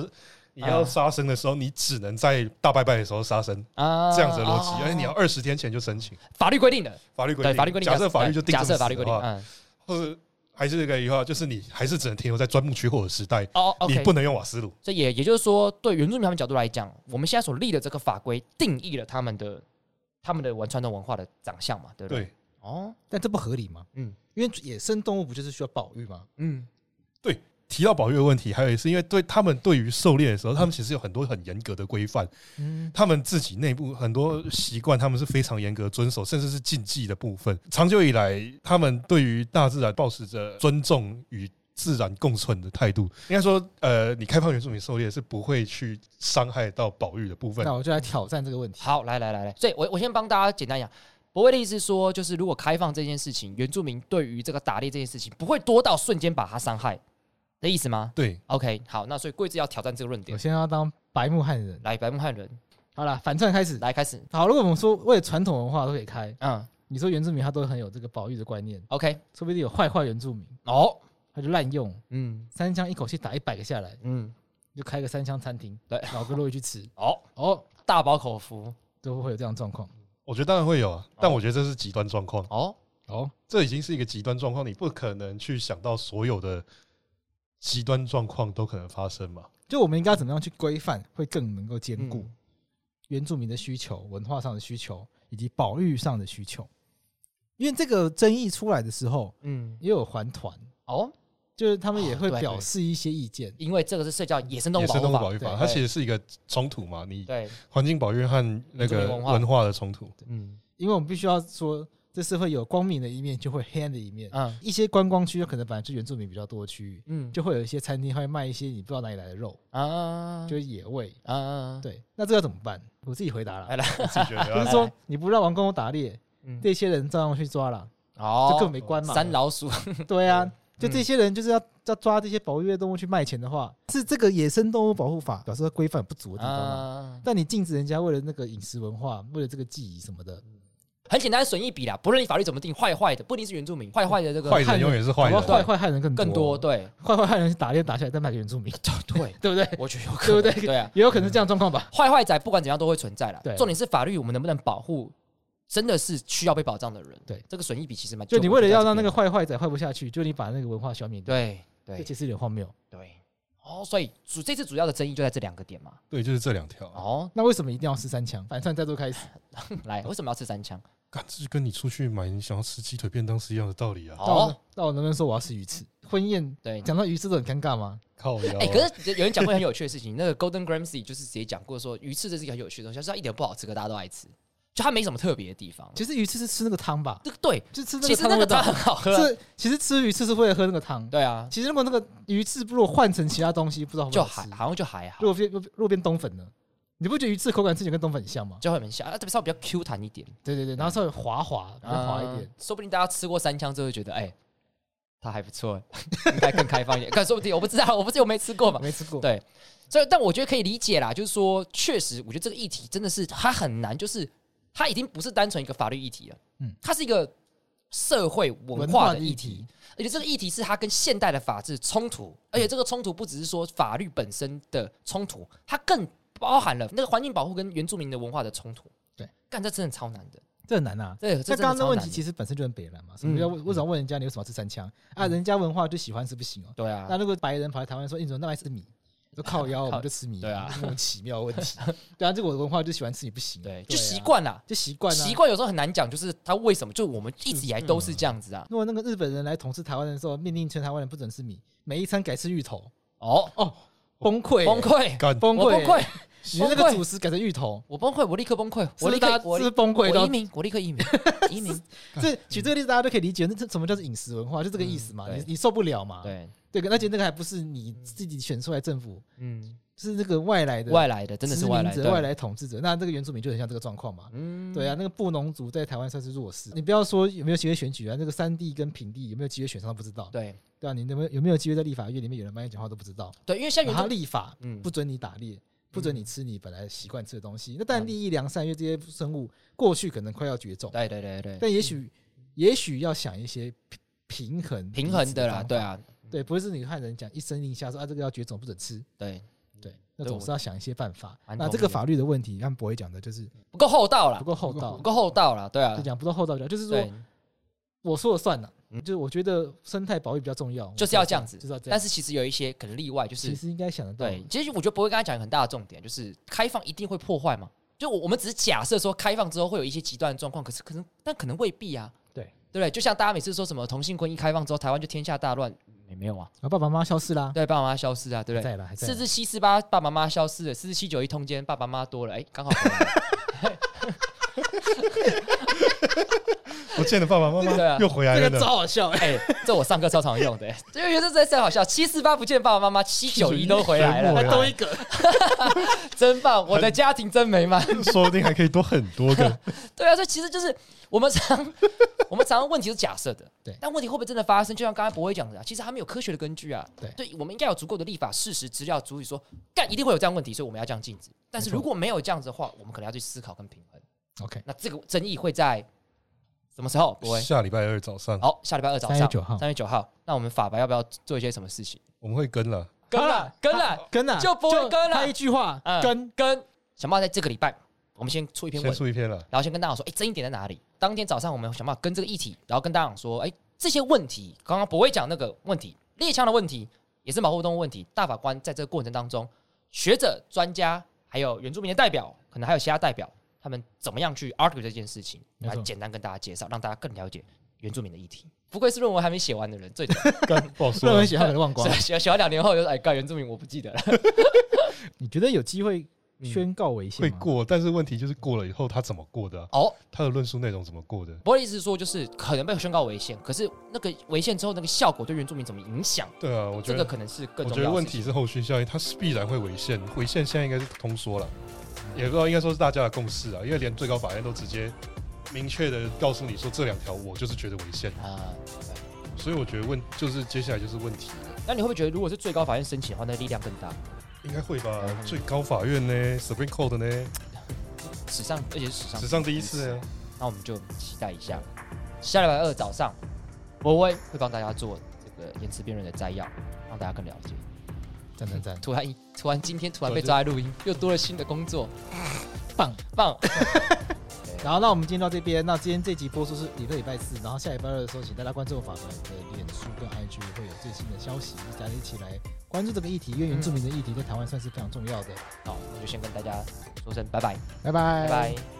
Speaker 1: 你要
Speaker 2: 啊
Speaker 1: 杀生的时候，你只能在大拜拜的时候杀生，
Speaker 2: 啊，
Speaker 1: 这样子的逻辑。
Speaker 2: 哦
Speaker 1: 而且你要二十天前就申请，
Speaker 2: 法律规定的，
Speaker 1: 法律规
Speaker 2: 对
Speaker 1: 定，
Speaker 2: 法律规定的，
Speaker 1: 假设法律
Speaker 2: 对
Speaker 1: 就定
Speaker 2: 假
Speaker 1: 这么
Speaker 2: 设
Speaker 1: 死
Speaker 2: 法律规
Speaker 1: 的
Speaker 2: 定，
Speaker 1: 话，
Speaker 2: 嗯，
Speaker 1: 或者还是这个一句话，就是你还是只能停留在钻木取火的时代，
Speaker 2: 哦
Speaker 1: 你
Speaker 2: ，OK，
Speaker 1: 不能用瓦斯炉。
Speaker 2: 所以也也就是说，对原住民他们角度来讲，我们现在所立的这个法规定义了他们的他们的文传统文化的长相嘛，对不对？
Speaker 1: 对
Speaker 2: 哦，
Speaker 3: 但这不合理吗？
Speaker 2: 嗯
Speaker 3: 因为野生动物不就是需要保育吗？
Speaker 2: 嗯，
Speaker 1: 提到保育的问题，还有一是因为对他们对于狩猎的时候，他们其实有很多很严格的规范。
Speaker 3: 嗯，
Speaker 1: 他们自己内部很多习惯，他们是非常严格遵守，甚至是禁忌的部分。长久以来，他们对于大自然保持着尊重与自然共存的态度。应该说，呃，你开放原住民狩猎是不会去伤害到保育的部分
Speaker 3: 那。我就来挑战这个问题。
Speaker 2: 好，来来来来，所以我我先帮大家简单讲，博威的意思是说，就是如果开放这件事情，原住民对于这个打猎这件事情不会多到瞬间把他伤害的意思吗
Speaker 1: 对，
Speaker 2: ？OK，好，那所以贵志要挑战这个论
Speaker 3: 我
Speaker 2: 点，
Speaker 3: 先要当白目汉人。
Speaker 2: 来，白木汉人
Speaker 3: 好了，反串开始。
Speaker 2: 来开始，
Speaker 3: 好，如果我们说为了传统文化都可以开，
Speaker 2: 嗯
Speaker 3: 你说原住民他都很有这个保育的观念，
Speaker 2: ，OK，
Speaker 3: 说不定有坏坏原住民，
Speaker 2: 哦，
Speaker 3: 他就滥用
Speaker 2: 嗯
Speaker 3: 三枪一口气打一百个下来，
Speaker 2: 嗯，
Speaker 3: 就开个三枪餐厅，
Speaker 2: 对
Speaker 3: 老哥乐意去吃，
Speaker 2: 哦哦，大饱口福，
Speaker 3: 都会有这样的状况。
Speaker 1: 我觉得当然会有啊，但我觉得这是极端状况，
Speaker 2: 哦，
Speaker 3: 哦，
Speaker 1: 这已经是一个极端状况，你不可能去想到所有的极端状况都可能发生嘛。
Speaker 3: 就我们应该怎么样去规范，会更能够兼顾
Speaker 2: 嗯
Speaker 3: 原住民的需求、文化上的需求以及保育上的需求。因为这个争议出来的时候，
Speaker 2: 嗯，
Speaker 3: 也有环团，
Speaker 2: 哦，
Speaker 3: 就是他们也
Speaker 2: 哦
Speaker 3: 会
Speaker 2: 对对
Speaker 3: 表示一些意见。
Speaker 2: 因为这个是涉及到野生动
Speaker 1: 野
Speaker 2: 物保
Speaker 1: 生动
Speaker 2: 护
Speaker 1: 物保
Speaker 2: 法，哎
Speaker 1: 育法，
Speaker 3: 对
Speaker 1: 它其实是一个冲突嘛，你
Speaker 2: 对，
Speaker 1: 环境保育和那
Speaker 2: 原
Speaker 1: 个
Speaker 2: 住民文化
Speaker 1: 文化的冲 突。
Speaker 2: 嗯
Speaker 3: 因为我们必须要说，这社会有光明的一面，就会黑暗的一面。
Speaker 2: 嗯
Speaker 3: 一些观光区可能本来就原住民比较多的区域，
Speaker 2: 嗯，
Speaker 3: 就会有一些餐厅会卖一些你不知道哪里来的肉，
Speaker 2: 啊
Speaker 3: 就是野味。
Speaker 2: 啊，
Speaker 3: 对，那这个怎么办？我自己回答
Speaker 2: 来
Speaker 3: 了，
Speaker 2: 哎来，
Speaker 1: 我自己觉得
Speaker 3: 就
Speaker 1: 啊
Speaker 3: 是说你不让王公打猎，
Speaker 2: 嗯，
Speaker 3: 这些人照样去抓了，
Speaker 2: 哦
Speaker 3: 就更没关嘛。
Speaker 2: 三老鼠，
Speaker 3: 对啊，就这些人就是要抓抓这些保育类动物去卖钱的话，是这个野生动物保护法表示它规范不足的地方
Speaker 2: 嗯
Speaker 3: 嘛？
Speaker 2: 啊，
Speaker 3: 但你禁止人家为了那个饮食文化，为了这个记忆什么的，
Speaker 2: 很简单，损一笔啦。不论你法律怎么定，坏坏的不一定是原住民，坏坏的这个
Speaker 1: 坏人永远是坏
Speaker 3: 搞不
Speaker 1: 人，
Speaker 3: 好坏坏害人更
Speaker 2: 啊更多，对
Speaker 3: 坏坏害人是打猎打下来再卖给原住民，
Speaker 2: 对，
Speaker 3: 对不对？
Speaker 2: 我觉 得有可
Speaker 3: 对不
Speaker 2: 能，
Speaker 3: 对？
Speaker 2: 对啊，
Speaker 3: 也有可能是这样的状况吧。
Speaker 2: 坏坏仔不管怎样都会存在啦
Speaker 3: 对。
Speaker 2: 重点是法律我们能不能保护，真的是需要被保障的人。
Speaker 3: 对，
Speaker 2: 这个损一笔其实蛮
Speaker 3: 就
Speaker 2: 重
Speaker 3: 你
Speaker 2: 的
Speaker 3: 为了要让那个坏坏仔坏不下去，就你把那个文化消灭掉，
Speaker 2: 对
Speaker 3: 这
Speaker 2: 对
Speaker 3: 其实有点荒谬。
Speaker 2: 对哦，所以主这次主要的争议就在这两个点嘛。
Speaker 1: 对，就是这两条。
Speaker 2: 哦，
Speaker 3: 那为什么一定要十三强？反串再做开始，
Speaker 2: 来，为什么要吃三枪？
Speaker 1: 干，这就跟你出去买你想要吃鸡腿便当是一样的道理啊！
Speaker 3: 到
Speaker 2: 哦，
Speaker 3: 到我能不能说我要吃鱼翅？婚宴
Speaker 2: 对，
Speaker 3: 讲到鱼翅都很尴尬吗？
Speaker 1: 靠
Speaker 3: 哦
Speaker 1: 腰啊，
Speaker 2: 哎、可是有人讲过很有趣的事情， 那个 Golden Ramsy 就是直接讲过说，鱼翅这是一个很有趣的东西，就是它一点不好吃，可大家都爱吃，就它没什么特别的地方。
Speaker 3: 其实鱼翅是吃那个汤吧，
Speaker 2: 这个对，
Speaker 3: 就吃那
Speaker 2: 其
Speaker 3: 个
Speaker 2: 实那个
Speaker 3: 汤
Speaker 2: 汤
Speaker 3: 味
Speaker 2: 很好喝
Speaker 3: 道。
Speaker 2: 啊、
Speaker 3: 是，其实吃鱼翅是为了喝那个汤。
Speaker 2: 对啊，
Speaker 3: 其实如果那个鱼翅如果换成其他东西，不知道会不
Speaker 2: 就
Speaker 3: 会好
Speaker 2: 还
Speaker 3: 吃。
Speaker 2: 好像就还好
Speaker 3: 如，果变如果变冬粉呢？你不觉得鱼翅口感吃起来跟冬粉很像吗？
Speaker 2: 就会很香，啊，特别稍微比较 Q 弹一点，
Speaker 3: 对对对，然后稍微滑滑，比较滑一点
Speaker 2: 啊。说不定大家吃过三枪之后就觉得，哎、它还不错， 应该更开放一点。可说不定我不知道，我不是我没吃过嘛
Speaker 3: 我。没吃过。
Speaker 2: 对所以，但我觉得可以理解啦，就是说，确实，我觉得这个议题真的是它很难，就是它已经不是单纯一个法律议题了，
Speaker 3: 嗯
Speaker 2: 嗯，它是一个社会文
Speaker 3: 文
Speaker 2: 化
Speaker 3: 化
Speaker 2: 的
Speaker 3: 的
Speaker 2: 议
Speaker 3: 议
Speaker 2: 题
Speaker 3: 题，
Speaker 2: 而且这个议题是它跟现代的法治冲突，而且这个冲突不只是说法律本身的冲突，它更包含了那个环境保护跟原住民的文化的冲突。
Speaker 3: 对，
Speaker 2: 干这真的超难的，
Speaker 3: 这很难啊。
Speaker 2: 对，这
Speaker 3: 那
Speaker 2: 真的
Speaker 3: 刚刚的
Speaker 2: 超
Speaker 3: 问
Speaker 2: 难
Speaker 3: 题
Speaker 2: 的。嗯
Speaker 3: 其实本身就很北蓝嘛，什么叫为为什么问人家你为什么要吃三枪啊？人家文化就喜欢吃不行哦。
Speaker 2: 对嗯啊
Speaker 3: 那，如果白人跑来台湾说，欸你怎么那么爱吃米？ 说靠腰，我们就吃米，
Speaker 2: 对啊，
Speaker 3: 莫名其妙的 问题。对啊，这个我的文化就喜欢吃米不行，
Speaker 2: 对，
Speaker 3: 啊
Speaker 2: 就习，惯啦，
Speaker 3: 就习惯啊嗯
Speaker 2: 习。惯有时候很难讲，就是他为什么，就我们一直以来都是这样子啊。
Speaker 3: 如果那个日本人来统治台湾的时候，命令全台湾人不准吃米，每一餐改吃芋头，
Speaker 2: 哦，
Speaker 3: 崩溃欸，
Speaker 2: 崩溃，
Speaker 1: 干
Speaker 3: 崩
Speaker 2: 我
Speaker 3: 溃
Speaker 2: 崩
Speaker 3: 欸，
Speaker 2: 溃，
Speaker 3: 你那
Speaker 2: 崩
Speaker 3: 个
Speaker 2: 溃
Speaker 3: 主食改成芋头，
Speaker 2: 我崩溃，我立刻崩溃，
Speaker 3: 是
Speaker 2: 我
Speaker 3: 不
Speaker 2: 立
Speaker 3: 是
Speaker 2: 刻
Speaker 3: 大家
Speaker 2: 我
Speaker 3: 是不
Speaker 2: 立
Speaker 3: 是崩溃
Speaker 2: 我
Speaker 3: 到
Speaker 2: 移民，我立刻移民，移 民，
Speaker 3: 这举这个例子，大家都可以理解，那这什么叫做饮食文化，就这个意思嘛。
Speaker 2: 嗯对
Speaker 3: 你你受不了嘛？
Speaker 2: 对，
Speaker 3: 对，而且那个还不是你自己选出来政府，
Speaker 2: 嗯，
Speaker 3: 是那个外来的
Speaker 2: 外来的真的是
Speaker 3: 殖民
Speaker 2: 外来，
Speaker 3: 者
Speaker 2: 对
Speaker 3: 外，来统治者。那这个原住民就很像这个状况嘛。
Speaker 2: 嗯
Speaker 3: 对啊，，那个布农族在台湾算是弱势。你不要说有没有机会选举啊，那个山地跟平地有没有机会选上都不知道。
Speaker 2: 对
Speaker 3: 对啊，你有没有有没有机会在立法院里面有人帮你讲话都不知道。
Speaker 2: 对，因为像
Speaker 3: 然
Speaker 2: 原
Speaker 3: 后
Speaker 2: 住民，
Speaker 3: 立法
Speaker 2: 嗯
Speaker 3: 不准你打猎，不准你吃你本来习惯吃的东西。那但利益良善，因为这些生物过去可能快要绝种，
Speaker 2: 嗯对对对对，
Speaker 3: 但也许也许要想一些平平衡
Speaker 2: 平衡的啦，
Speaker 3: 彼此
Speaker 2: 对
Speaker 3: 方法
Speaker 2: 啊，
Speaker 3: 对，不是你看人讲一声令下说啊这个要绝种不准吃，
Speaker 2: 对，
Speaker 3: 对，那
Speaker 2: 嗯对
Speaker 3: 总
Speaker 2: 我
Speaker 3: 是要想一些办法。
Speaker 2: 蛮
Speaker 3: 那
Speaker 2: 同
Speaker 3: 这个
Speaker 2: 意
Speaker 3: 法律的问题，他们不会讲的就是
Speaker 2: 不够厚道啦
Speaker 3: 不，够厚
Speaker 2: 不
Speaker 3: 道，
Speaker 2: 够厚道啦，对啊
Speaker 3: 就，讲不够厚道讲，就是说
Speaker 2: 对，
Speaker 3: 我说了算了，
Speaker 2: 嗯
Speaker 3: 就是我觉得生态保育比较重要，我
Speaker 2: 就是
Speaker 3: 说
Speaker 2: 要
Speaker 3: 了
Speaker 2: 这样
Speaker 3: 算
Speaker 2: 子
Speaker 3: 就是要这
Speaker 2: 但
Speaker 3: 样。
Speaker 2: 是其实有一些可能例外，就
Speaker 3: 其
Speaker 2: 是
Speaker 3: 实应该想得到，
Speaker 2: 对，其实我觉得不会跟他讲一个很大的重点，就是开放一定会破坏嘛。就我我们只是假设说开放之后会有一些极端的状况，可是可能但可能未必啊，
Speaker 3: 对
Speaker 2: 对不对？就像大家每次说什么同性婚一开放之后，台湾就天下大乱，也没有啊，
Speaker 3: 然后爸爸妈妈消失啦，
Speaker 2: 对，爸爸妈妈消失啊，对
Speaker 3: 还
Speaker 2: 不对？
Speaker 3: 在啦，还在
Speaker 2: 四
Speaker 3: 啦。
Speaker 2: 至七四八爸爸妈妈消失了，四至七九一通奸爸爸妈妈多了，哎，刚好回来了
Speaker 1: 不见了爸爸妈
Speaker 2: 对啊
Speaker 1: 妈又回来
Speaker 3: 这
Speaker 1: 了
Speaker 3: 个
Speaker 1: 呢，
Speaker 3: 超好笑哎，
Speaker 2: 哎，这我上课超常用的，哎这个觉得这真的是好笑。七四八不见爸爸妈妈，七九哎一都回来
Speaker 1: 全部
Speaker 2: 了，
Speaker 1: 回来
Speaker 3: 多一个，
Speaker 2: 真棒！我的家庭真美满。
Speaker 1: 说不定还可以多很多个。
Speaker 2: 对啊，所以其实就是我们 常我们常常问题是假设的，
Speaker 3: 对
Speaker 2: 但问题会不会真的发生？就像刚才博威讲的、啊，其实还没有科学的根据啊。
Speaker 3: 对
Speaker 2: 我们应该有足够的立法事实资料，足以说干一定会有这样的问题，所以我们要这样禁止。但是
Speaker 3: 没错
Speaker 2: 如果没有这样子的话，我们可能要去思考跟平衡。
Speaker 3: OK，
Speaker 2: 那这个争议会在什么时候？博威，
Speaker 1: 下礼拜二早上
Speaker 2: 好，下礼拜二早上
Speaker 3: 3月9号
Speaker 2: 三月九号，那我们法白要不要做一些什么事情？
Speaker 1: 我们会跟了，
Speaker 2: 跟了，跟了，
Speaker 3: 跟啊，
Speaker 2: 就不会跟啦
Speaker 3: 他一句话
Speaker 2: 嗯
Speaker 3: 跟，
Speaker 2: 跟。想办法在这个礼拜，我们先出一篇
Speaker 1: 先
Speaker 2: 文，
Speaker 1: 出一篇 了。
Speaker 2: 然后先跟大家讲说，哎，争议点在哪里？当天早上我们想办法跟这个议题，然后跟大家讲说，哎，这些问题，刚刚博威讲那个问题，猎枪的问题，也是保护动物问题。大法官在这个过程当中，学者、专家，还有原住民的代表，可能还有其他代表，他们怎么样去 argue 这件事情，
Speaker 3: 没错
Speaker 2: 来简单跟大家介绍，让大家更了解原住民的议题。不愧是论文还没写完的人，最屌
Speaker 1: 干不好
Speaker 3: 不
Speaker 1: 说
Speaker 3: 然
Speaker 1: 啊
Speaker 3: 很，喜欢可能忘光了。
Speaker 2: 写写完两年后就说，哎，干原住民我不记得了。
Speaker 3: 你觉得有机会宣告违宪
Speaker 1: 会
Speaker 3: 吗？
Speaker 1: 过，但是问题就是过了以后他怎么过的啊、
Speaker 2: 哦，
Speaker 1: 他的论述内容怎么过的？
Speaker 2: 博威的意思是说，就是可能被宣告违宪，可是那个违宪之后，那个效果对原住民怎么影响？
Speaker 1: 对啊，我觉
Speaker 2: 这
Speaker 1: 得
Speaker 2: 个可能是更
Speaker 1: 我
Speaker 2: 重要的
Speaker 1: 觉得问
Speaker 2: 事情
Speaker 1: 题是后续效应，它是必然会违宪，违宪现在应该是通说了，也不知道应该说是大家的共识啊，因为连最高法院都直接明确的告诉你说这两条我就是觉得违宪，
Speaker 2: 啊、
Speaker 1: 所以我觉得问就是接下来就是问题了，
Speaker 2: 那你会不会觉得，如果是最高法院申请的话，那力量更大？
Speaker 1: 应该会吧
Speaker 2: 嗯？
Speaker 1: 最高法院呢，Supreme Court 呢，
Speaker 2: 史上，而且是史上
Speaker 1: 史上第一次呢，
Speaker 2: 那我们就期待一下，下礼拜二早上，博威会帮大家做这个言辞辩论的摘要，让大家更了解。
Speaker 3: 赞赞赞，
Speaker 2: 突然，突然今天突然被抓来录音，又多了新的工 作，
Speaker 3: 棒！
Speaker 2: 棒！
Speaker 3: 然后那我们今天到这边，那今天这集播出是礼拜礼拜四，然后下礼拜二的时候，请大家关注法官的脸书跟 IG 会有最新的消息，大家一起来关注这个议题，因为原住民的议题在台湾算是非常重要的。
Speaker 2: 好，那就先跟大家说声拜拜，
Speaker 3: 拜
Speaker 2: 拜
Speaker 3: 拜
Speaker 2: 拜。